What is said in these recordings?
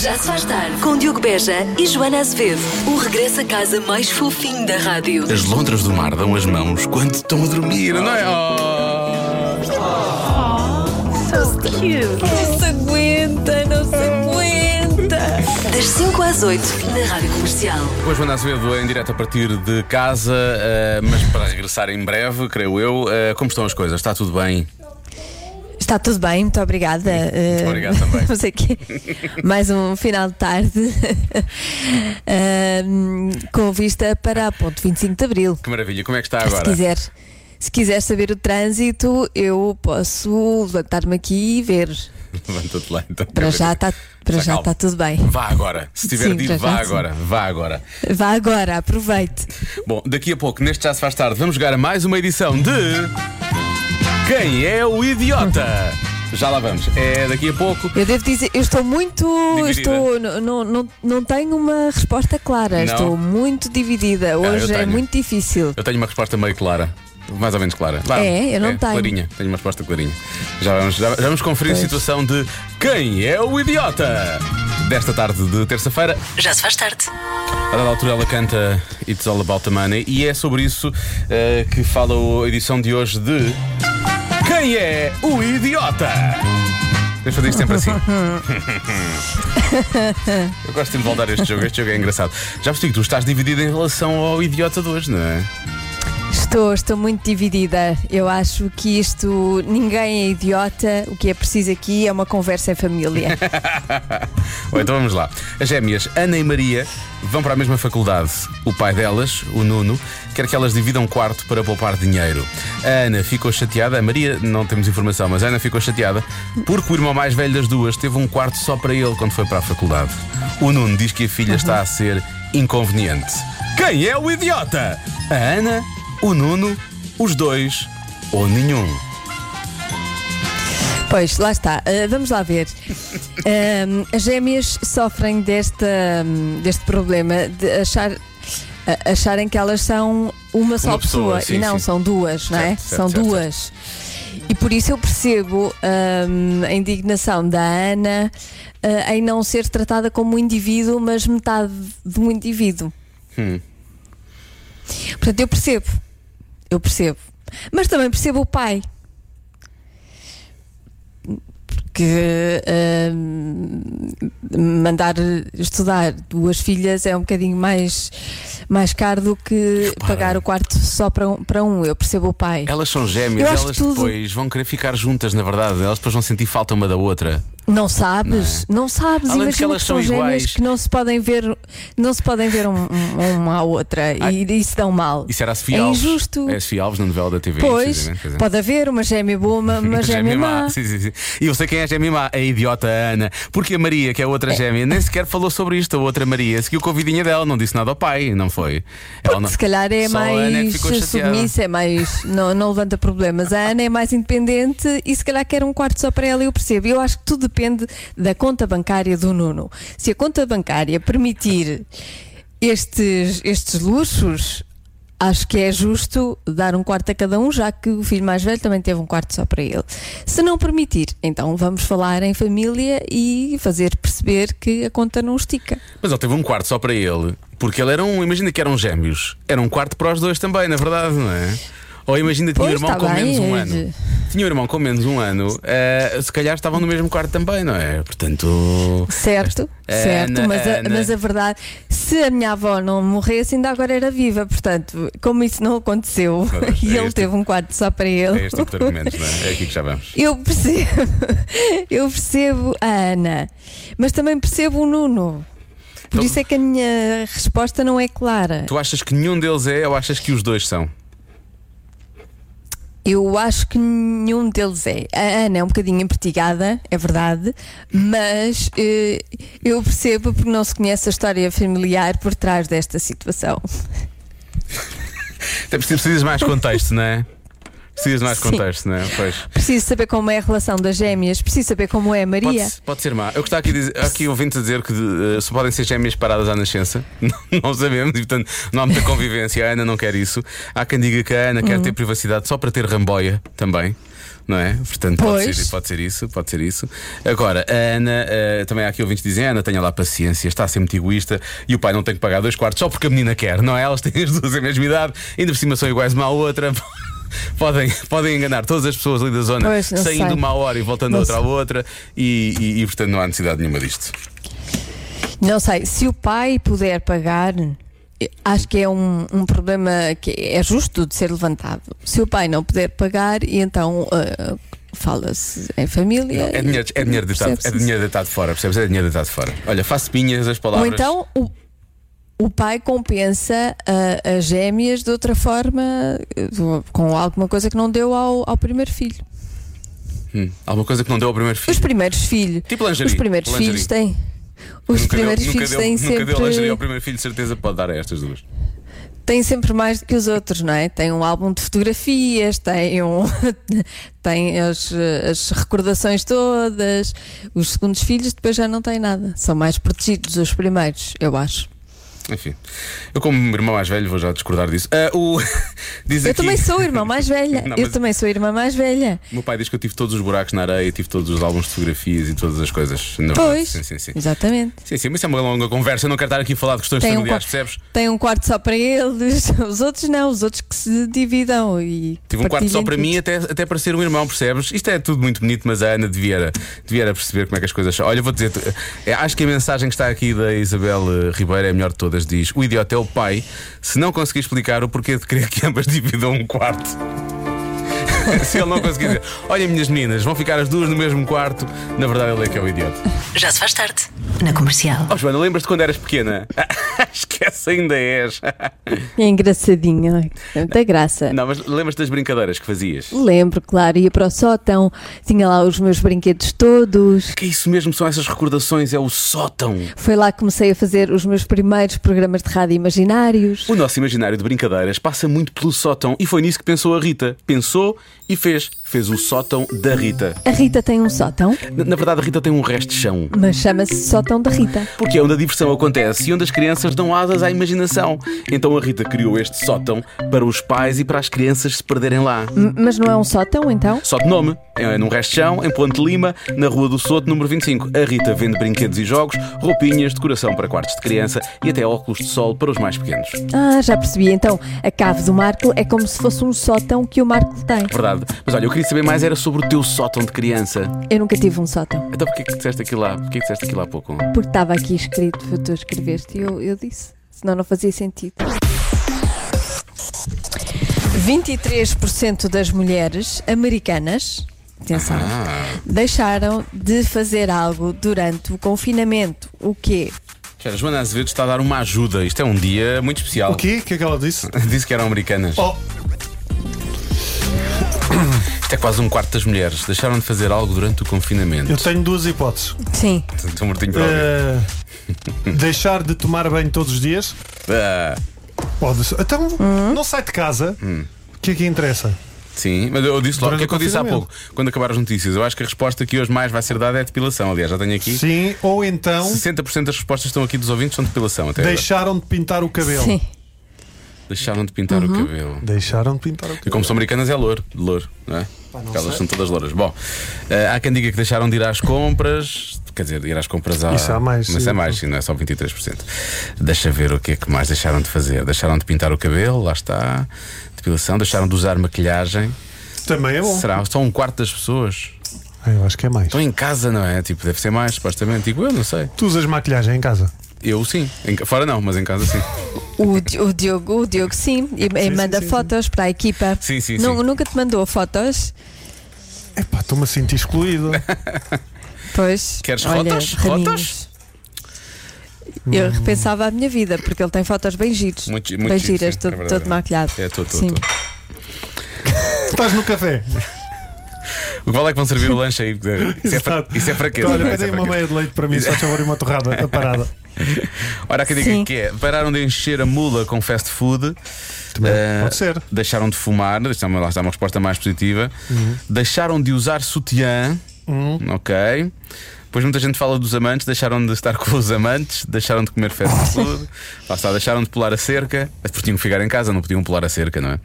Já se faz tarde com Diogo Beja e Joana Azevedo. O regresso a casa mais fofinho da rádio. As lontras do mar dão as mãos quando estão a dormir, não é? Oh. Não se aguenta, não se aguenta. Das 5 às 8 na rádio comercial. Hoje Joana Azevedo em direto a partir de casa, eh, mas para regressar em breve, creio eu. Eh, como estão as coisas? Está tudo bem? Está tudo bem, muito obrigada. eh, obrigado também. Vamos aqui mais um final de tarde eh, com vista para a Ponte 25 de Abril. Que maravilha, como é que está Se agora? quiser, se quiser saber o trânsito, eu posso levantar-me aqui e ver. Levanta-te lá então. Para já está, para Está já calmo. está tudo bem. Vá agora, se tiver Sim, de ir, para já vá sim. agora, vá agora. Vá agora, aproveite. Bom, daqui a pouco, neste Já Se Faz Tarde, vamos jogar a mais uma edição de. Quem é o Idiota? Já lá vamos. É daqui a pouco. Eu devo dizer, eu estou muito. Dividida. Estou, não, não, não, não tenho uma resposta clara, Não? estou muito dividida. eu Hoje é tenho. muito difícil. Eu tenho uma resposta meio clara. Mais ou menos clara. Vá, É? Eu não tenho. Clarinha. Tenho uma resposta clarinha. Já vamos, já, já vamos conferir a Pois. situação de quem é o idiota? Desta tarde de terça-feira, Já se faz tarde. a dada altura ela canta It's All About the Money e é sobre isso eh, que fala o- a edição de hoje de Quem é o Idiota? Tens de fazer isto sempre assim. Eu gosto de voltar a este jogo, este jogo é engraçado. Já percebi que tu estás dividido em relação ao idiota de hoje, não é? Estou, estou muito dividida. Eu acho que isto ninguém é idiota. O que é preciso aqui é uma conversa em família. Bom, então vamos lá. As gêmeas Ana e Maria vão para a mesma faculdade. O pai delas, o Nuno, quer que elas dividam quarto para poupar dinheiro. A Ana ficou chateada, a Maria, não temos informação, mas a Ana ficou chateada porque o irmão mais velho das duas teve um quarto só para ele quando foi para a faculdade. O Nuno diz que a filha está a ser inconveniente. Quem é o idiota? A Ana, o Nuno, os dois ou nenhum? pois, lá está. Ah, vamos lá ver. Ahm, as gêmeas sofrem desta, hum, deste problema de achar, a- acharem que elas são uma, só pessoa, pessoa. sim, e não, sim. são duas, não é? Certo, certo, são certo, duas. E por isso eu percebo hum, a indignação da Ana ah, em não ser tratada como um indivíduo, mas metade de um indivíduo. Hum. Portanto, eu percebo. Eu percebo. Mas também percebo o pai. Porque hum, mandar estudar duas filhas é um bocadinho mais, mais caro do que Repara. pagar o quarto só para um, para um. Eu percebo o pai. Elas são gêmeas, Eu acho elas tudo. depois vão querer ficar juntas, na verdade. Elas depois vão sentir falta uma da outra. Não sabes, não, sabes. é? Além de que Imagina que, elas são, são gêmeas iguais. que não se podem ver, não se podem ver um- um- uma à outra e isso dão mal. Isso era a Sofia É Alves. injusto. É a Sofia Alves na novela da TV. Pois, precisamente, pois é. pode haver uma gêmea boa, uma, uma gêmea má. Sim, sim, sim. E eu sei quem é a gêmea má, a idiota Ana. Porque a Maria, que é a outra gêmea, nem sequer falou sobre isto. A outra Maria seguiu com a vidinha dela, não disse nada ao pai, não foi? Ela não- Se calhar é Só a Ana é que mais ficou chateada. submissa, é mais. Não, não levanta problemas. A Ana é mais independente e se calhar quer um quarto só para ela, eu percebo. Eu acho que tudo depende da conta bancária do Nuno. Se a conta bancária permitir estes, estes luxos, acho que é justo dar um quarto a cada um, já que o filho mais velho também teve um quarto só para ele. Se não permitir, então vamos falar em família e fazer perceber que a conta não estica. Mas ele teve um quarto só para ele. Porque ele era um. Imagina que eram gêmeos. Era um quarto para os dois também, na verdade, não é? Ou imagina tinha um Pois, irmão tá com bem, menos um é- ano. Tinha um irmão com menos um ano. eh, se calhar estavam no mesmo quarto também, não é? Portanto. Certo, É, Ana, certo, mas a, Ana. mas a verdade, se a minha avó não morresse, ainda agora era viva, portanto, como isso não aconteceu Pois, e é ele este- teve um quarto só para É ele, este tipo de argumentos, não é? É aqui que já vamos. eu percebo, eu percebo a Ana, mas também percebo o Nuno. Por Então- isso é que a minha resposta não é clara. Tu achas que nenhum deles é ou achas que os dois são? Eu acho que nenhum deles é. A Ana é um bocadinho empertigada, é verdade, mas eh, eu percebo porque não se conhece a história familiar por trás desta situação. Até porque Então, precisas mais contexto, não é? Precisas mais Sim. contexto, não é? Pois. Preciso saber como é a relação das gêmeas, preciso saber como é a Maria. Pode, pode ser má. Eu gostava aqui, de dizer- há aqui ouvindo a dizer que eh, só podem ser gêmeas paradas à nascença. Não, não sabemos, e portanto não há muita Uhum. convivência. A Ana não quer isso. Há quem diga que a Ana quer ter privacidade só para ter ramboia também. não é? Portanto, pode Pois. ser, pode ser isso, pode ser isso. Agora, a Ana, eh, também há aqui ouvintes que dizem: Ana, tenha lá paciência, está a ser muito egoísta e o pai não tem que pagar dois quartos só porque a menina quer, não é? Elas têm as duas a mesma idade, ainda por cima são iguais uma à outra. Podem, podem enganar todas as pessoas ali da zona, Pois, não saindo sei. uma à hora e voltando Não outra à sei. outra, e, e- e, portanto não há necessidade nenhuma disto. Não sei, se o pai puder pagar, eh, acho que é um, um problema que é justo de ser levantado. Se o pai não puder pagar, e então ah, fala-se em família. É dinheiro, é dinheiro deitado, é percebe-se. dinheiro deitado fora, percebes? É dinheiro deitado fora. Olha, faço pinhas as Ou palavras. então o, o pai compensa ah, as gêmeas de outra forma, eh, com alguma coisa que não deu ao, ao primeiro filho. Hum, alguma coisa que não deu ao primeiro filho. Os primeiros filhos. Tipo lingerie, Os primeiros lingerie. filhos têm. Nunca Os deu- primeiros nunca filhos deu- têm Nunca deu lingerie ao sempre. primeiro filho, de certeza pode dar a estas duas. Tem sempre mais do que os outros, não é? Tem um álbum de fotografias, tem, um, tem as, eh, as recordações todas. Os segundos filhos depois já não têm nada. São mais protegidos os primeiros, eu acho. Enfim, eu, como irmão mais velho, vou já discordar disso. Ah, o... diz Eu aqui- também sou irmã mais velha. Não, Eu mas também sou irmã mais velha. O meu pai diz que eu tive todos os buracos na areia, tive todos os álbuns de fotografias e todas as coisas. Na verdade, Pois, Sim, sim, sim. exatamente. Sim, sim, mas isso é uma longa conversa. Eu não quero estar aqui a falar de questões Tem um, familiares, quarto, percebes? tem um quarto só para eles, os outros não, os outros que se dividam e Tive um quarto só partilhem para tudo. mim, até, até para ser um irmão, percebes? Isto é tudo muito bonito, mas a Ana devia, era- devia era perceber como é que as coisas são. Olha, vou dizer, é, acho que a mensagem que está aqui da Isabel eh, Ribeiro é a melhor de todas. Diz: O idiota é o pai, se não conseguir explicar o porquê de querer que ambas dividam um quarto. se ele não conseguir dizer, olha, minhas meninas, vão ficar as duas no mesmo quarto, na verdade ele é que é o idiota. Já se faz tarde. Na comercial. Oh, Joana, lembras-te quando eras pequena? Esquece, ainda és. É engraçadinho, ai, é muita graça. não, mas lembras-te das brincadeiras que fazias? Lembro, claro, ia para o sótão, tinha lá os meus brinquedos todos. Que é isso mesmo, são essas recordações, é o sótão. Foi lá que comecei a fazer os meus primeiros programas de rádio imaginários. O nosso imaginário de brincadeiras passa muito pelo sótão e foi nisso que pensou a Rita. Pensou e fez. Fez o sótão da Rita. A Rita tem um sótão, Na, na verdade, a Rita tem um resto de chão. mas chama-se Sótão da Rita. Porque é onde a diversão acontece e onde as crianças dão asas à imaginação. Então a Rita criou este sótão para os pais e para as crianças se perderem lá. M- Mas não é um sótão então? Só de nome, é num resto de chão, em Ponte Lima, na Rua do Soto, número 25. A Rita vende brinquedos e jogos, roupinhas, decoração para quartos de criança e até óculos de sol para os mais pequenos. Ah, já percebi. Então, a cave do Marco é como se fosse um sótão que o Marco tem. Verdade. Mas olha, eu queria saber mais era sobre o teu sótão de criança. Eu nunca tive um sótão. Então porquê que disseste aquilo lá? Porquê que disseste aquilo há pouco? Porque estava aqui escrito, foi tu escreveste e eu, eu disse. Senão não fazia sentido. 23% das mulheres americanas, atenção, Ah. deixaram de fazer algo durante o confinamento. O quê? Espera, Joana Azevedo está a dar uma ajuda. Isto é um dia muito especial. O quê? O que é que ela disse? Disse que eram americanas. Oh, Isto é quase um quarto das mulheres. Deixaram de fazer algo durante o confinamento. eu tenho duas hipóteses. Sim. Estou mortinho para ouvir. Eh, deixar de tomar banho todos os dias? Ah, Pode ser. Então, não sai de casa. O Hum. que é que interessa? sim, mas eu disse logo. O Durante que é que eu o disse há pouco? confinamento. Quando acabaram as notícias. Eu acho que a resposta que hoje mais vai ser dada é depilação. Aliás, já tenho aqui. Sim, ou então 60% das respostas que estão aqui dos ouvintes são depilação até agora. deixaram de pintar o cabelo. Sim. Deixaram de pintar o cabelo. Deixaram de pintar o E cabelo. como são americanas é louro, de louro, não é? Porque elas são todas louras. Bom, eh, há quem diga que deixaram de ir às compras, quer dizer, ir às compras há. Isso há mais, Mas sim. há mais, sim, não é só 23%. Deixa ver o que é que mais deixaram de fazer. Deixaram de pintar o cabelo, lá está. Depilação, deixaram de usar maquilhagem. Também é bom. Será só um quarto das pessoas? Ah, Eu acho que é mais. Estão em casa, não é? Tipo, deve ser mais, supostamente. Digo eu, não sei. Tu usas maquilhagem em casa? Eu sim. Em ca- fora não, mas em casa sim. O, Di- o Diogo, o Diogo sim, e, e sim, manda sim, sim. fotos para a equipa. Sim, sim, Nu- sim. Nunca te mandou fotos? Epá, estou-me a sentir excluído. Pois. Queres olha, fotos? Raminhos. Eu repensava a minha vida, porque ele tem fotos bem giros. Muito gi- muito bem giro, giras, sim, é todo, verdade, todo é. maquilhado. É, estou, estou, Sim. estou. Estás no café. O que vale é que vão servir o lanche aí. Isso é, fra... isso é fraqueza. Então, olha, não é? Isso é pedem fraqueza. é- uma meia de leite para mim, só te abrir uma torrada, a parada. Ora, há quem diga Sim. que é pararam de encher a mula com fast food. Também eh, pode ser. Deixaram de fumar, isto é uma- lá está uma resposta mais positiva. Uhum. Deixaram de usar sutiã. Ok. Pois muita gente fala dos amantes, deixaram de estar com os amantes, deixaram de comer fast food, lá está, deixaram de pular a cerca, mas porque tinham que ficar em casa, não podiam pular a cerca, não é?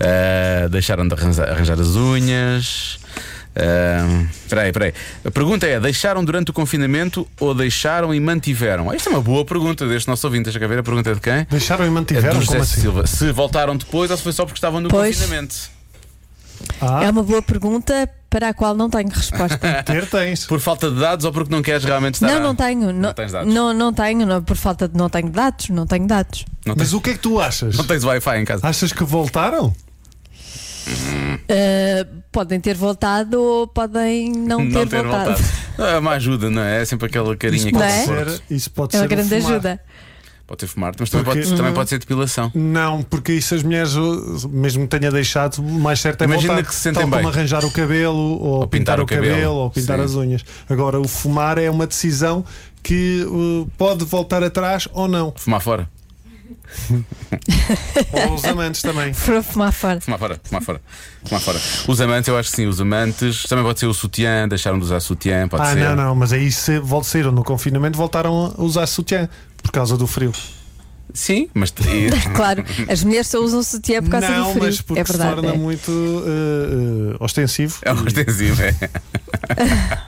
Eh, deixaram de arranjar, arranjar as unhas, Ahm, Espera aí, espera aí. A pergunta é: deixaram durante o confinamento ou deixaram e mantiveram? Ah, isto é uma boa pergunta deste nosso ouvinte. Deixa cá ver a pergunta é de quem? Deixaram e É mantiveram? do José Como assim? Silva. Se voltaram depois ou se foi só porque estavam no Pois. confinamento? Ah, É uma boa pergunta para a qual não tenho resposta. ter tens. Por falta de dados ou porque não queres realmente estar não, a- não tá. tenho. Não, tens dados. não, não tenho, não, por falta de não tenho dados, não tenho dados. Não tens, Mas o que é que tu achas? não tens Wi-Fi em Ah, casa. Achas que voltaram? Uh, podem ter voltado ou podem não, não ter voltado. voltado. Não, É uma ajuda, não é? É sempre aquela carinha que Não te é? suporte. Ser- isso pode É uma um ser o grande fumar. ajuda. Pode ter fumar, mas também, Porque- pode, Uhum. também pode ser depilação. Não, porque isso as mulheres, uh, mesmo que tenha deixado, o mais certo é Imagina voltar. que se sentem Tal bem. como arranjar o cabelo, ou, pintar, o cabelo, ou pintar sim. as unhas. Agora, o fumar é uma decisão que uh, pode voltar atrás ou não. Fumar fora. Ou os amantes também. Para fumar fora. Fumar fora, fumar fora, fumar fora. Os amantes, eu acho que sim, os amantes. Também pode ser o sutiã, deixaram de usar sutiã, pode Ah, ser. não, não, mas aí se vol- saíram no confinamento, voltaram a usar sutiã por causa do frio. Sim, mas. e- Claro, as mulheres só usam sutiã por causa não, do frio. mas porque é se verdade. torna é. muito uh, uh, ostensivo. É um ostensivo, é.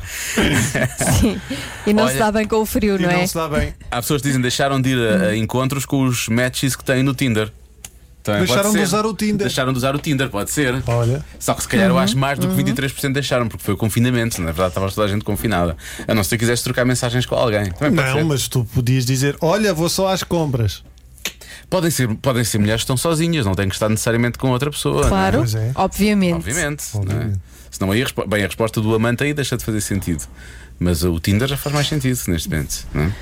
Sim. E não Olha, se dá bem com o frio, E não é? não se dá bem. Há pessoas que dizem deixaram de ir a, Uhum. a encontros com os matches que têm no Tinder. Também pode Deixaram de ser. usar o Tinder. Deixaram de usar o Tinder, pode ser. Olha. Uhum. Só que se calhar eu acho mais do que 23% deixaram, porque foi o confinamento. Na verdade, estava toda a gente confinada. A não ser que quisesse trocar mensagens com alguém. Também É, pode ser. Não, mas tu podias dizer: Olha, vou só às compras. Podem, ser, podem ser mulheres que estão sozinhas, não têm que estar necessariamente com outra pessoa. Claro, Pois é. obviamente. Obviamente. Obviamente. não é? Senão aí, a respo- bem, a resposta do amante aí deixa de fazer sentido. Mas o Tinder já faz mais sentido neste momento, não é?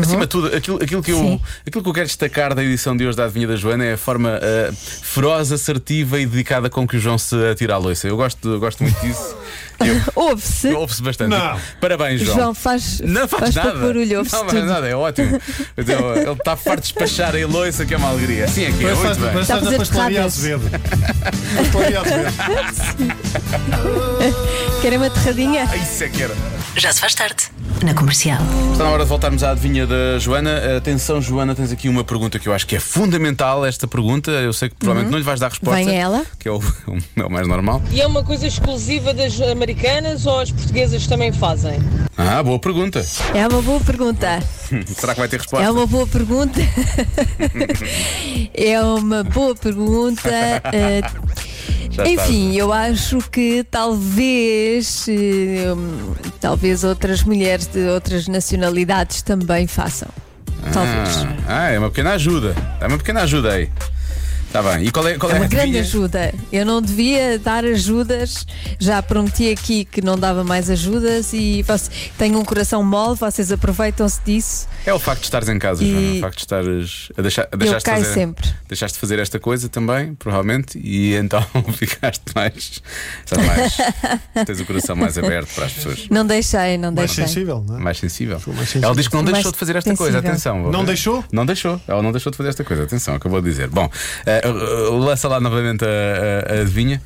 Acima de tudo, aquilo, aquilo que eu, Uhum. Sim. aquilo que eu quero destacar da edição de hoje da Adivinha da Joana é a forma ah, feroz, assertiva e dedicada com que o João se atira à loiça. Eu gosto, eu gosto muito disso. Eu- Ouve-se. eu Ouve-se bastante. Não. Parabéns, João. João, faz, Não faz, nada. pouco barulho, não ouve-se faz tudo. nada, é ótimo. Mas eu- Ele está farto de despachar a Eloísa, que é uma alegria. Sim, é que é. Muito bem. Está a fazer torradas. Azevedo. Pastelaria Azevedo. Querem uma terradinha? Ah, Isso é que era. Já se faz tarde. Na comercial. Está na hora de voltarmos à adivinha da Joana. Atenção, Joana, tens aqui uma pergunta que eu acho que é fundamental. Esta pergunta, eu sei que provavelmente não lhe vais dar resposta. Uhum. Vem ela. Que é o, é o mais normal. E é uma coisa exclusiva das americanas ou as portuguesas também fazem? Ah, boa pergunta. É uma boa pergunta. Será que vai ter resposta? É uma boa pergunta. é uma boa pergunta. eh, Já enfim, eu acho que talvez, eh, hum, talvez outras mulheres de outras nacionalidades também façam. Talvez. Ah, ah, é uma pequena ajuda. Dá uma pequena ajuda aí. Está bem. E qual é, qual É é uma a grande adivinha? ajuda. Eu não devia dar ajudas. Já prometi aqui que não dava mais ajudas e voce- tenho um coração mole, vocês aproveitam-se disso. É o facto de estares em casa, E- Joana. O facto de estares. A deixar, a deixaste caio fazer, sempre. Deixaste de fazer esta coisa também, provavelmente, e então ficaste mais. Estás mais. tens o coração mais aberto para as pessoas. Não deixei, não Mais deixei. sensível, não é? Mais sensível. mais sensível. Ela diz que não Mais deixou de fazer esta coisa, sensível. atenção. vou Não ver. deixou? Não deixou. Ela não deixou de fazer esta coisa, atenção, é acabou de dizer. Bom, eh, eh, lança lá novamente a, a, a adivinha.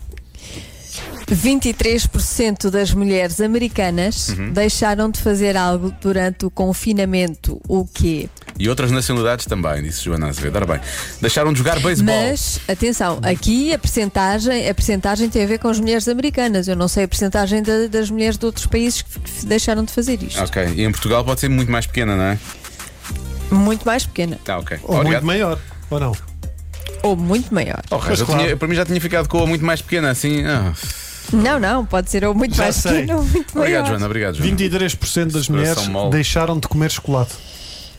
23% das mulheres americanas Uhum. deixaram de fazer algo durante o confinamento, o quê? E outras nacionalidades também, disse Joana Azevedo. Ora bem, deixaram de jogar beisebol. Mas, atenção, aqui a percentagem, a percentagem tem a ver com as mulheres americanas. Eu não sei a percentagem da- das mulheres de outros países que f- deixaram de fazer isto. Ok, e em Portugal pode ser muito mais pequena, não é? Muito mais pequena. Tá, ok. Ou Obrigado. muito maior, ou não? Ou muito maior. Oh, Raios, Pois eu claro. tinha- para mim já tinha ficado com a muito mais pequena, assim. ah. Não, não, pode ser ou muito Já mais sei. pequena ou muito maior. Obrigado, Joana, obrigado, Joana. 23% das Coração mulheres mole. deixaram de comer chocolate.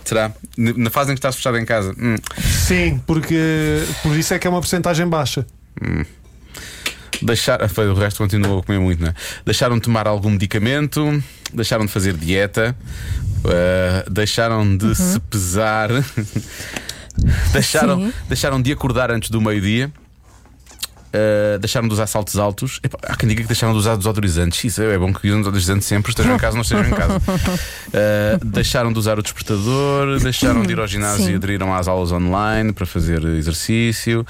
Será? N- Na fase em que estás fechado em casa. Hum. Sim, porque por isso é que é uma porcentagem baixa. Deixar, ah, foi, o resto continuou a comer muito, não é? Deixaram de tomar algum medicamento, deixaram de fazer dieta, uh, deixaram Uhum. de se pesar, deixaram, Sim. deixaram de acordar antes do meio-dia. uh, deixaram de usar saltos altos. Epá, há quem diga que deixaram de usar desodorizantes. Isso é bom que usam desodorizantes sempre, estejam em casa ou não estejam em casa. Uh, deixaram de usar o despertador, deixaram de ir ao ginásio e Sim. aderiram às aulas online para fazer exercício,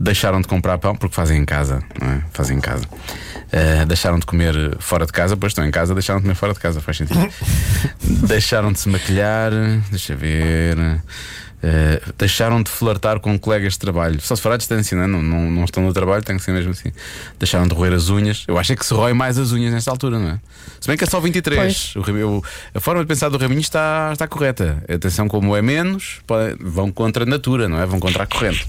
deixaram de comprar pão porque fazem em casa, não é? Fazem em casa. Uh, deixaram de comer fora de casa, pois estão em casa, deixaram de comer fora de casa, faz sentido. deixaram de se maquilhar, deixa ver. Uh, eh, deixaram de flertar com colegas de trabalho. Só se for à distância, né? não, não, não estão no trabalho, tem que ser mesmo assim. Deixaram de roer as unhas. Eu acho é que se roem mais as unhas nesta altura, não é? Se bem que é só 23. O, Rami- o- a forma de pensar do Raminho está, está correta. Atenção, como é menos, podem- vão contra a natura, não é? Vão contra a corrente.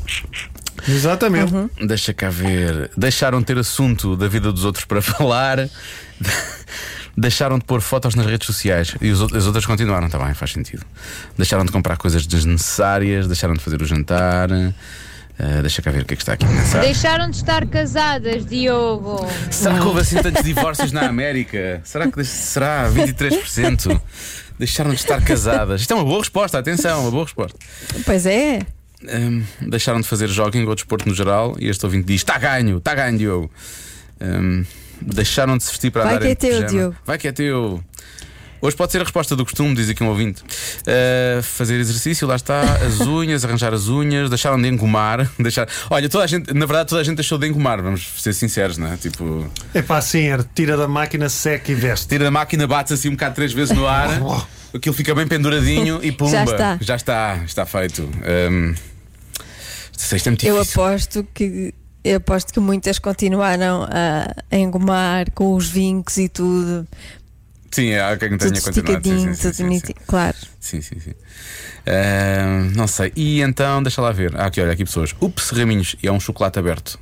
Exatamente. Uhum. Deixa cá ver. Deixaram de ter assunto da vida dos outros para falar. Deixaram de pôr fotos nas redes sociais e os out- as outras continuaram, está bem, faz sentido. Deixaram de comprar coisas desnecessárias, deixaram de fazer o jantar. Ah, deixa cá ver o que é que está aqui a pensar. Deixaram de estar casadas, Diogo. Será que houve assim tantos divórcios na América? Será que deix- será 23%? Deixaram de estar casadas. Isto é uma boa resposta, atenção, uma boa resposta. Pois é. Hum, deixaram de fazer jogging ou desporto no geral e este ouvinte diz: está ganho, está ganho, Diogo. Hum, deixaram de se vestir para Vai andar que em é teu, pijama. Diogo. Vai que é teu. Hoje pode ser a resposta do costume, diz aqui um ouvinte. Uh, fazer exercício, lá está, as unhas, arranjar as unhas, deixaram de engomar. Deixar... Olha, toda a gente, na verdade, toda a gente deixou de engomar, vamos ser sinceros, não é? Tipo, É pá, assim, é, tira da máquina, seca e veste. tira da máquina, bates assim um bocado três vezes no ar, aquilo fica bem penduradinho e pumba. está. Já está, está feito. Hum, isto é muito Eu difícil. aposto que eu aposto que muitas continuaram a, a engomar com os vincos e tudo, Sim, é alguém que tudo tenha continuado. sim, esticadinho, sim, tudo sim, sim, sim. bonitinho, claro. Sim, sim, sim. Ahm, não sei. E então, deixa lá ver. Ah, aqui, olha, aqui pessoas. Ups, Raminhos, e é um chocolate aberto.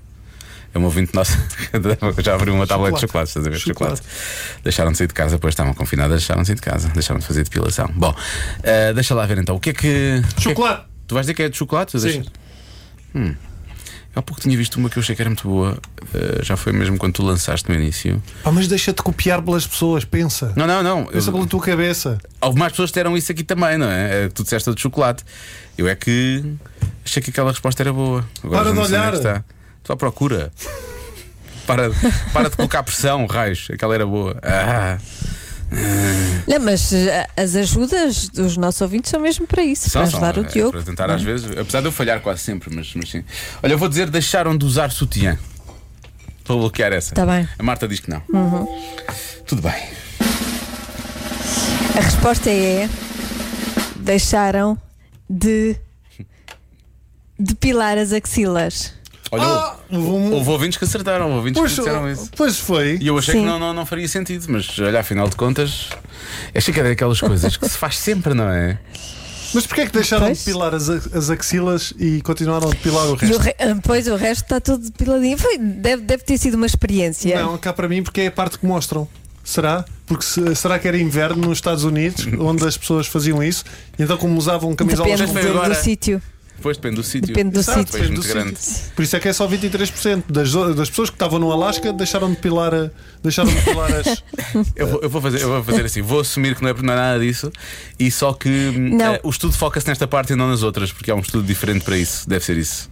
É um ouvinte nosso que já abriu uma tablet de chocolate, estás a ver? Chocolate. Chocolate. Deixaram de sair de casa, depois estavam confinadas, deixaram de sair de casa, deixaram de fazer depilação. Bom, ah, deixa lá ver então. O que é que. o que é que- Chocolate. tu vais dizer que é de chocolate? Sim. Deixa- Eu Há pouco tinha visto uma que eu achei que era muito boa. Ah, já foi mesmo quando tu lançaste no início. Pá, Ah, mas deixa-te copiar pelas pessoas, pensa. Não, não, não. Pensa Eu- pela tua cabeça. Algumas pessoas deram isso aqui também, não é? É, Tu disseste a de chocolate. Eu é que achei que aquela resposta era boa. Agora Para já não de sei onde é que olhar. está. Estou à procura. Para, para de colocar pressão, raios. Aquela era boa. Ah, Não, mas eh, as ajudas dos nossos ouvintes são mesmo para isso, são, para são, ajudar é, o Diogo. Para tentar às vezes, apesar de eu falhar quase sempre, mas, mas sim. Olha, eu vou dizer: deixaram de usar sutiã. Vou bloquear essa. Tá bem. Uhum. A Marta diz que não. Tudo bem. A resposta é deixaram de depilar as axilas. Olha, Ah, vamos- houve ouvintes que acertaram, houve ouvintes Pois, que disseram isso. pois foi. E eu achei que Sim. não, não, não faria sentido, mas olha, afinal de contas, achei que era daquelas coisas que se faz sempre, não é? Mas porquê é que deixaram Pois. de pilar as, as axilas e continuaram a depilar o E o resto? re- ah, Pois o resto está todo depiladinho. Foi, deve, deve ter sido uma experiência. Não, cá para mim, porque é a parte que mostram. Será? Porque se- será que era inverno nos Estados Unidos, onde as pessoas faziam isso, e então como usavam camisolas Depende Mas foi do, agora. do sítio. Depois depende do sítio. Depende do Exato, sítio. Depois Depende muito do grande. Por isso é que é só 23% das, das pessoas que estavam no Alasca deixaram de pilar, a- deixaram de pilar as. Eu vou, eu vou fazer, eu vou fazer assim, vou assumir que não é, não é nada disso, e só que hum, Não. eh, o estudo foca-se nesta parte e não nas outras, porque há um estudo diferente para isso. Deve ser isso.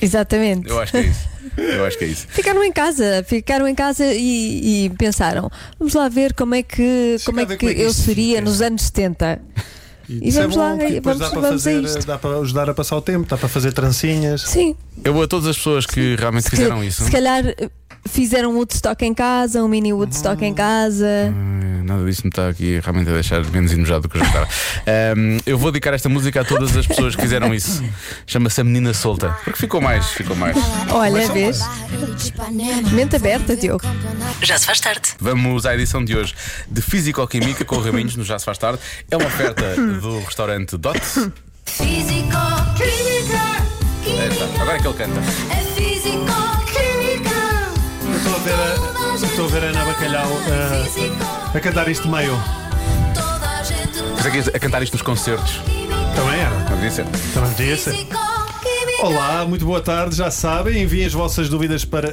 Exatamente. Eu acho que é isso. Eu acho que é isso. Ficaram em casa, ficaram em casa e, e pensaram, vamos lá ver como é que, Chega como a é ver que, como é que eu isto seria fica. nos anos 70. E Isso é vamos bom, lá, que vamos- depois dá para vamos a fazer, eh, isto. dá para ajudar a passar o tempo, dá para fazer trancinhas. Sim, Eu vou a todas as pessoas que realmente que- fizeram isso. se calhar eh, fizeram um Woodstock em casa, um mini Woodstock em casa. Eh, Nada disso me está aqui realmente a deixar menos enojado do que eu já estava. Ahm, eu vou dedicar esta música a todas as pessoas que fizeram isso. Chama-se A Menina Solta. Porque ficou mais, ficou mais. Olha, vês? Mente aberta, Diogo. Já se faz tarde. Vamos à edição de hoje de Físico-Química com o Raminhos, no Já Se Faz Tarde. É uma oferta do restaurante Dot. Físico, química, Aí química, está, Agora é que ele canta. é físico, química. Eu estou a ver a- eu estou a ver a Ana Bacalhau, eh, a cantar isto de meio. Mas aqui a cantar isto nos concertos. Também É era. Não devia ser. Também podia ser. Olá, muito boa tarde. Já sabem, enviem as vossas dúvidas para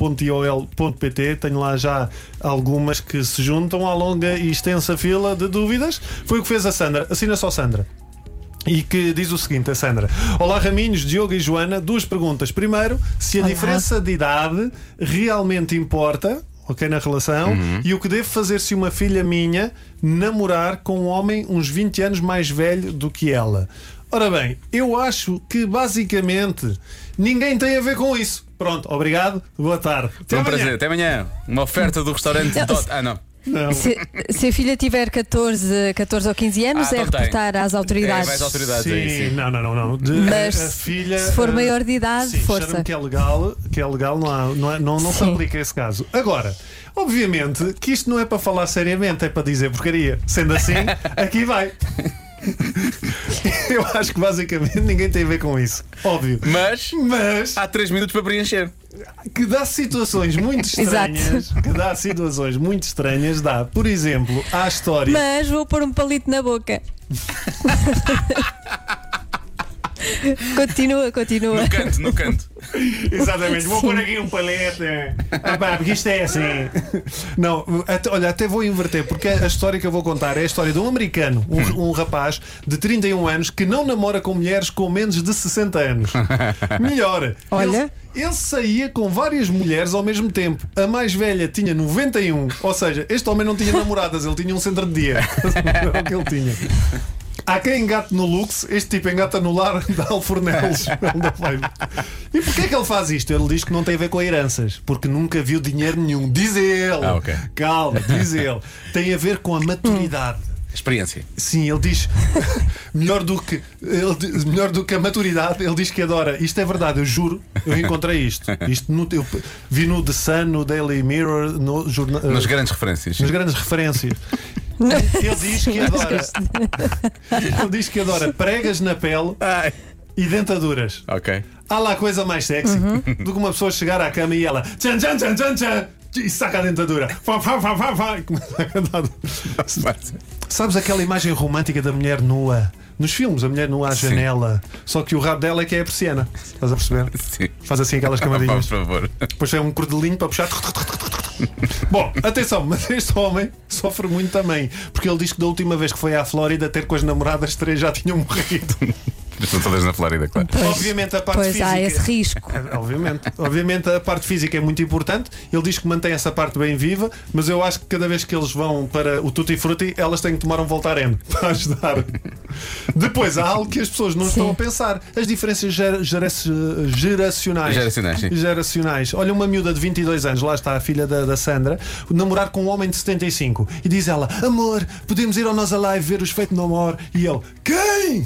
raminhos.radiocomercial.iol.pt. Tenho lá já algumas que se juntam à longa e extensa fila de dúvidas. Foi o que fez a Sandra. Assina só, Sandra. E que diz o seguinte, a Sandra. Olá, Raminhos, Diogo e Joana. Duas perguntas. Primeiro, se a Olá. diferença de idade realmente importa, ok, na relação, Uhum. e o que devo fazer se uma filha minha namorar com um homem uns 20 anos mais velho do que ela? Ora bem, eu acho que basicamente ninguém tem a ver com isso. Pronto, obrigado, boa tarde. Até Foi um amanhã. prazer. Até amanhã. Uma oferta do restaurante Dot. Ah, não. Não. Se, se a filha tiver 14, 14 ou 15 anos, Ah, é então tem. reportar às É, vai às autoridades. autoridades sim, aí, sim. não, não, não, não. De- Mas a filha, se for eh, maior de idade, sim, força. cheira-me que é legal, que é legal, não, há- não, é- não, não se Sim. aplica esse caso. Agora, obviamente que isto não é para falar seriamente, é para dizer porcaria. Sendo assim, aqui vai. Eu acho que basicamente ninguém tem a ver com isso. Óbvio. Mas Mas há 3 minutos para preencher. que dá situações muito Exato. estranhas. que dá situações muito estranhas. Dá, por exemplo, à história. Mas vou pôr um palito na boca. continua, continua. No canto, no canto. Exatamente, vou pôr aqui um palete. Ah, pá, porque isto é assim. Não, até- olha, até vou inverter, porque a história que eu vou contar é a história de um americano, um, um rapaz de 31 anos que não namora com mulheres com menos de 60 anos. Melhor. Olha. Ele, ele saía com várias mulheres ao mesmo tempo. A mais velha tinha 91, ou seja, este homem não tinha namoradas, ele tinha um centro de dia. Era o que ele tinha. Há quem engate no Lux, este tipo engata no lar da Alfornelos. Ele não vai. E porquê é que ele faz isto? Ele diz que não tem a ver com heranças, porque nunca viu dinheiro nenhum. Diz ele. Ah, ok. Calma, diz ele. Tem a ver com a maturidade. Experiência. Sim, ele diz melhor do que ele di- melhor do que a maturidade, ele diz que adora. Isto é verdade, eu juro. Eu encontrei isto. Isto no, eu vi no The Sun, no Daily Mirror, no jornal, Nas grandes referências. nas grandes referências. Ele diz que adora. Ele diz que adora pregas na pele Ai. e dentaduras. Ok. Há lá coisa mais sexy do que uma pessoa chegar à cama e ela tchan tchan tchan tchan tchan e saca a dentadura. Fá, fá, fá, fá, fá, e começa a cantar. Sabes aquela imagem romântica da mulher nua? Nos filmes, a mulher nua à Sim. janela, só que o rabo dela é que é a persiana. Estás a perceber? Sim. Faz assim aquelas Por camadinhas. favor. Depois é um cordelinho para puxar. Bom, atenção, mas este homem sofre muito também, porque ele diz que da última vez que foi à Flórida ter com as namoradas três já tinham morrido. Estão todas na Flórida, claro. Obviamente a parte Pois física. É, há esse risco. Obviamente. Obviamente a parte física é muito importante. Ele diz que mantém essa parte bem viva, mas eu acho que cada vez que eles vão para o Tutti Frutti, elas têm que tomar um Voltaren para ajudar. Depois há algo que as pessoas não estão a pensar: as diferenças gera- gera- geracionais. Geracionais, sim. Geracionais. Olha, uma miúda de 22 anos, lá está a filha da, da Sandra, namorar com um homem de 75 e diz ela: Amor, podemos ir ao Nós Alive ver os Feito No More? E ele: Quem?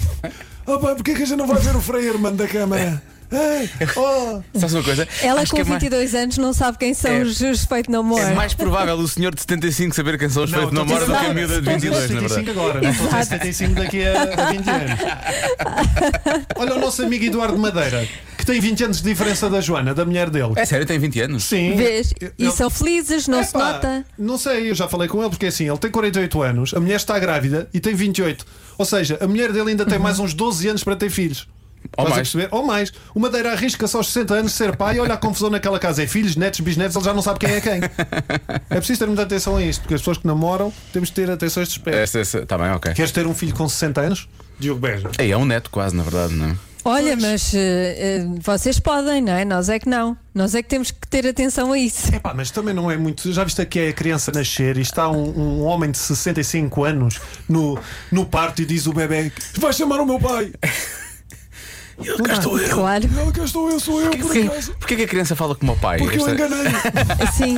Oh, pá, porquê que a gente não vai ver o Frei Herman da Câmara? Ei, oh. Sabes uma coisa? Ela Acho com que é mais- 22 anos não sabe quem são É- os os Feito No More. É mais provável o senhor de 75 saber quem são os feitos Não, na mora estou do que a dizendo- miúda de Estou a 22, dizer na 75 verdade. agora, não estou a Exato. dizer 75 daqui a a 20 anos. Olha o nosso amigo Eduardo Madeira, que tem 20 anos de diferença da Joana, da mulher dele. É sério, tem 20 anos? Sim. Vês? Eu- E são felizes, não se Epá, nota. Não sei, eu já falei com ele, porque assim, ele tem 48 anos, a mulher está grávida e tem 28. Ou seja, a mulher dele ainda Uhum. tem mais uns 12 anos para ter filhos. Ou Estás a mais. perceber? Ou mais. O Madeira arrisca-se aos 60 anos de ser pai e olha a confusão naquela casa. É filhos, netos, bisnetos, ele já não sabe quem é quem. É preciso ter muita atenção a isto, porque as pessoas que namoram temos de ter atenção a estes pés. Esta, esta, tá bem, ok. Queres ter um filho com 60 anos? Diogo Beja. Ei, é um neto quase, na verdade, não é? Olha, mas eh, eh, vocês podem, não é? Nós é que não. Nós é que temos que ter atenção a isso. Epá, mas também não é muito. Já viste aqui a criança nascer e está um, um homem de 65 anos no, no parto e diz o bebê: Vai chamar o meu pai! Eu cá estou eu. Claro, Não, cá estou eu, sou eu, por acaso. Porquê, porquê que a criança fala como o pai? é Porque eu Esta- enganei. sim. assim.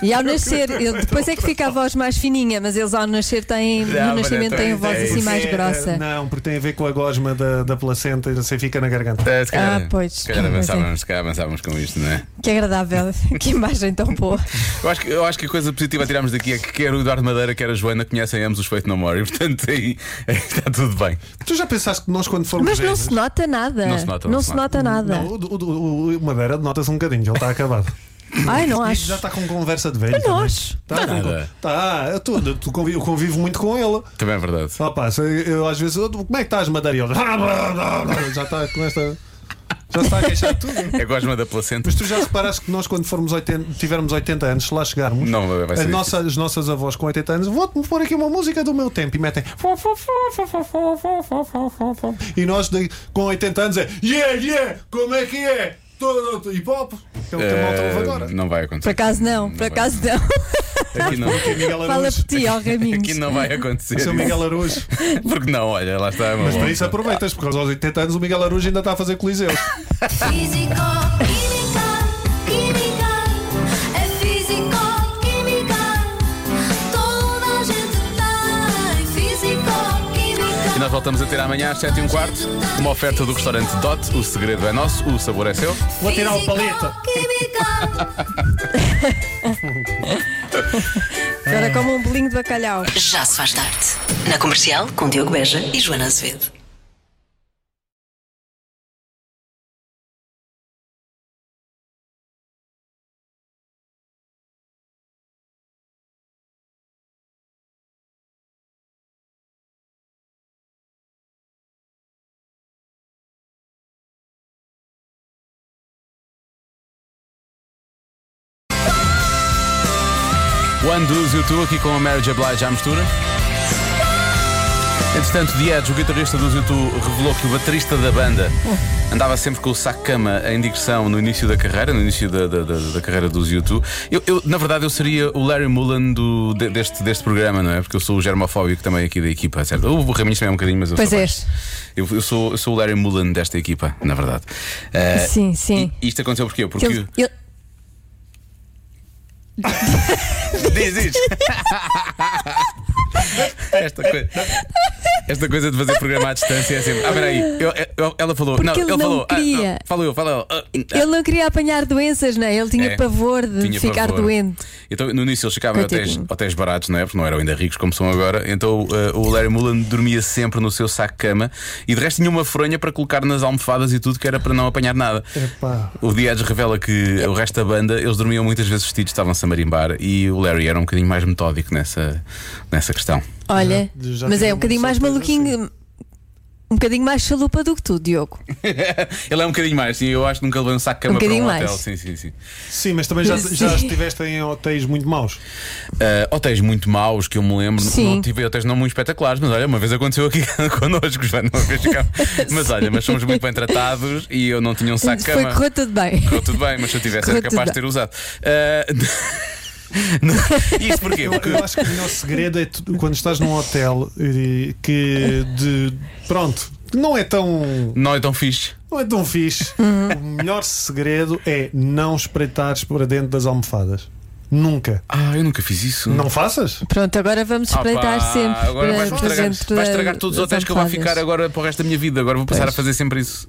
E ao nascer, ele- depois é que fica a voz mais fininha, mas eles ao nascer têm, Não, no mas nascimento então têm a é voz isso. assim mais É, grossa. Não, porque tem a ver com a gosma da, da placenta e não sei, fica na garganta. É, se calhar, Ah, pois. Se calhar Pois avançávamos, se calhar avançávamos com isto, não é? Que agradável, que imagem tão boa. Eu acho, que, eu acho que a coisa positiva a tirarmos daqui é que quer o Eduardo Madeira, quer a Joana, conhecem ambos os Feito No More e, portanto, aí, aí está tudo bem. Tu já pensaste que nós, quando formos. Mas não velhos- se nota nada. Não se nota, não se nota nada. Não, o, o, o- o Madeira nota-se um bocadinho, ele está acabado. Ai, não E acho. já está com conversa de velho. Mas nós. Está, Não é com, nada. tá, eu, tô- eu convivo, eu convivo muito com ele. Também é verdade. Ah, pá, se- eu às vezes. eu- como é que estás, Madeira? E ele, "Ah, blá, blá, blá", Já está com esta. Já se está a queixar de tudo. É a gosma da placenta. Mas tu já reparaste que nós, quando formos 80, tivermos 80 anos, se lá chegarmos, Não, vai- vai ser a nossa- as nossas avós com 80 anos, vou-te pôr aqui uma música do meu tempo e metem. E nós, de- com 80 anos, é yeah, yeah, como é que é? Todo hip hop. Que é o que a malta ouve Eh, agora. não vai Por acontecer. acaso não, por vai. acaso não. Aqui não, Miguel Fala Araújo. é por ti, ó Raminhos. aqui não vai acontecer. Seu isso. Miguel Araújo. Porque não, olha, lá está. é uma Mas para bomba. isso aproveitas, porque aos 80 anos o Miguel Araújo ainda está a fazer coliseus. Físico, química, química. É físico, química. tá Nós voltamos a ter amanhã às 7 e um quarto uma oferta do restaurante Dot. O segredo é nosso, o sabor é seu. Vou tirar o palito. Química. é. Agora como um bolinho de bacalhau. Já se faz tarde. Na comercial, com Diogo Beja e Joana Azevedo. One Do's e o Tu aqui com a Mary J. Blige à mistura. Entretanto, The Edge, o guitarrista dos YouTube, revelou que o baterista da banda andava sempre com o saco de cama em digressão no início da carreira, no início da, da- da- da carreira dos YouTube. Eu, eu, na verdade, eu seria o Larry Mullen do, de- deste, deste programa, não é? Porque eu sou o germofóbico também aqui da equipa, certo? O Raminhos também é um bocadinho, mas eu Pois sou. és. mais. Eu, eu sou, eu sou o Larry Mullen desta equipa, na verdade. Eh, Sim, sim. E, isto aconteceu porquê? Porque. Ele- ele- Diz isto. Esta coisa. Esta coisa de fazer programa à distância é sempre. Ah, peraí. Eu- eu- ela falou. Porque não, ele não falou. queria. Ah, não, falou eu, falou. Ah, ah. ele não queria apanhar doenças, não é? Ele tinha É, pavor de tinha ficar pavor. doente. Então, no início eles ficavam em hotéis, Coitadinho. hotéis baratos, não é? Porque não eram ainda ricos como são agora. Então eh, o Larry Mullen dormia sempre no seu saco-cama e de resto tinha uma fronha para colocar nas almofadas e tudo, que era para não apanhar nada. Epá. O Diage revela que o resto da banda eles dormiam muitas vezes vestidos, estavam-se a marimbar e o Larry era um bocadinho mais metódico nessa, nessa questão. Olha, Já- já mas tive é uma um bocadinho mais surpresa maluquinho, assim. um bocadinho mais chalupa do que tu, Diogo. Ele é um bocadinho mais, sim, eu acho que nunca levei um saco de cama Um para um bocadinho hotel. mais. Sim, sim, sim. Sim, mas também já, já Sim. estiveste em hotéis muito maus. Ah, hotéis muito maus que eu me lembro, Sim. não tive hotéis não muito espetaculares, mas olha, uma vez aconteceu aqui connosco, já uma vez ficámos. Mas olha, mas somos muito bem tratados e eu não tinha um saco de Foi cama. correu tudo bem. Correu tudo bem, mas se eu tivesse era Correu capaz de ter tudo usado. Ah, não- Isto porquê? Eu, Porque eu acho que o melhor segredo é tu- quando estás num hotel e que de pronto, que não é tão não é tão fixe. não é tão fixe. Uhum. O melhor segredo é não espreitares para dentro das almofadas. Nunca. Ah, eu nunca fiz isso. Não faças? Pronto, agora vamos Ah, pá, espreitar sempre. eh, Agora vais para estragar, dentro vais da- estragar todos os das hotéis que eu vou almofadas. ficar agora para o resto da minha vida. Agora vou passar Pois. a fazer sempre isso.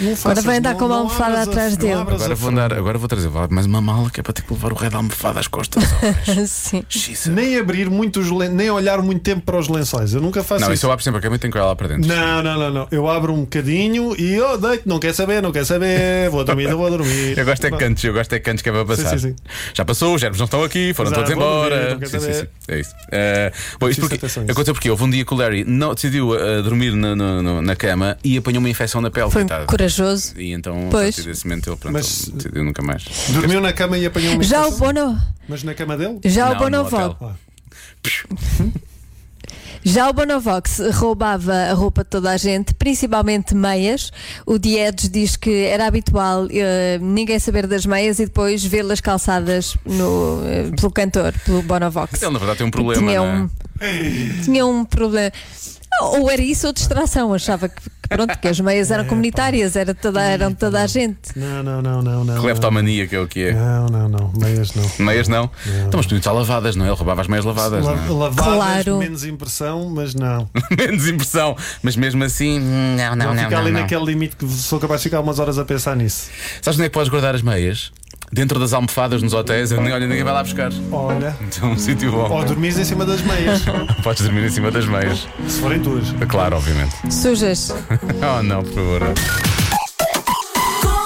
Não faças, vai andar não- com uma não almofada abras a- atrás não dele. abras Agora a vou, fronte. andar, agora vou trazer mais uma mala que é para ter que levar o rei da almofada às costas. Oh, Sim. Jesus. Nem abrir muitos len- nem olhar muito tempo para os lençóis. Eu nunca faço Não, isso. isso eu abro sempre a cama e tenho que olhar lá para dentro. Não, não, não, não. Eu abro um bocadinho e oh, deito, não quer saber, não quer saber, vou dormir, não vou dormir. Eu gosto é de cantos, eu gosto é de cantos que é para passar. sim, sim. Já passou, os germes não estão aqui, foram Exato, todos vou dormir, embora. não quero Sim, sim, sim. saber. É isso. Ah, bom, isto Preciso porque, atenção a isso. aconteceu porque houve um dia que o Larry não, decidiu ah, dormir na, na- na- na cama e apanhou uma infecção na pele. Foi coitado. corajoso. E então, a Pois. partir desse momento, ele, pronto, Mas- ele decidiu nunca mais. Dormiu na cama e apanhou uma Já o infecção? Bono, Mas na cama dele? já Não, o no Bonovox, hotel. já o Bonovox roubava a roupa de toda a gente, principalmente meias. O Diedes diz que era habitual eh, ninguém saber das meias e depois vê-las calçadas no, eh, pelo cantor, pelo Bonovox. Ele, na verdade, tem um problema. tinha não é? um, tinha um problema. Ou era isso ou distração, achava que, que pronto, que as meias eram comunitárias, era toda, eram de toda a gente. Não, não, não, não, não. Cleptomania, que é o que é. Não, não, não. Meias não. Meias não. Então, mas podiam estar lavadas, não é? Ele roubava as meias lavadas. La- não é? Lavadas, Claro. menos impressão, mas não. Menos impressão. Mas mesmo assim, hum, não, não, Não, não. fica não, ali não. naquele limite que sou capaz de ficar umas horas a pensar nisso. Sabes onde é que podes guardar as meias? Dentro das almofadas nos hotéis, onde- olha, ninguém vai lá buscar. Olha. Então, um sítio bom. Ou dormires em cima das meias. Podes dormir em cima das meias. se forem tuas. Claro, obviamente. Sujas. Oh, não, por favor.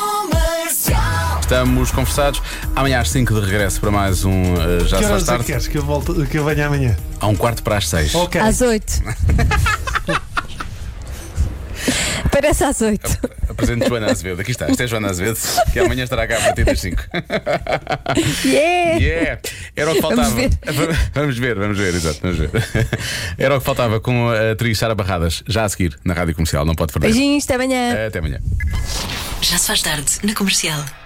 Comercial. Estamos conversados. Amanhã às 5 de regresso para mais um eh, Já Que se faz horas é que tarde. queres que eu, volte, que eu venha amanhã? Há um quarto para as 6. Ok. Às oito. Parece às oito. Apresento Joana Azevedo. Aqui está. Esta é Joana Azevedo, que amanhã estará cá a partir das 5. Yeah! Yeah! Era o que faltava. É. Vamos ver. vamos ver, vamos ver, exato, vamos ver. Era o que faltava com a atriz Sara Barradas, já a seguir na rádio comercial, não pode perder. Beijinhos, até amanhã. Até amanhã. Já se faz tarde. Na comercial.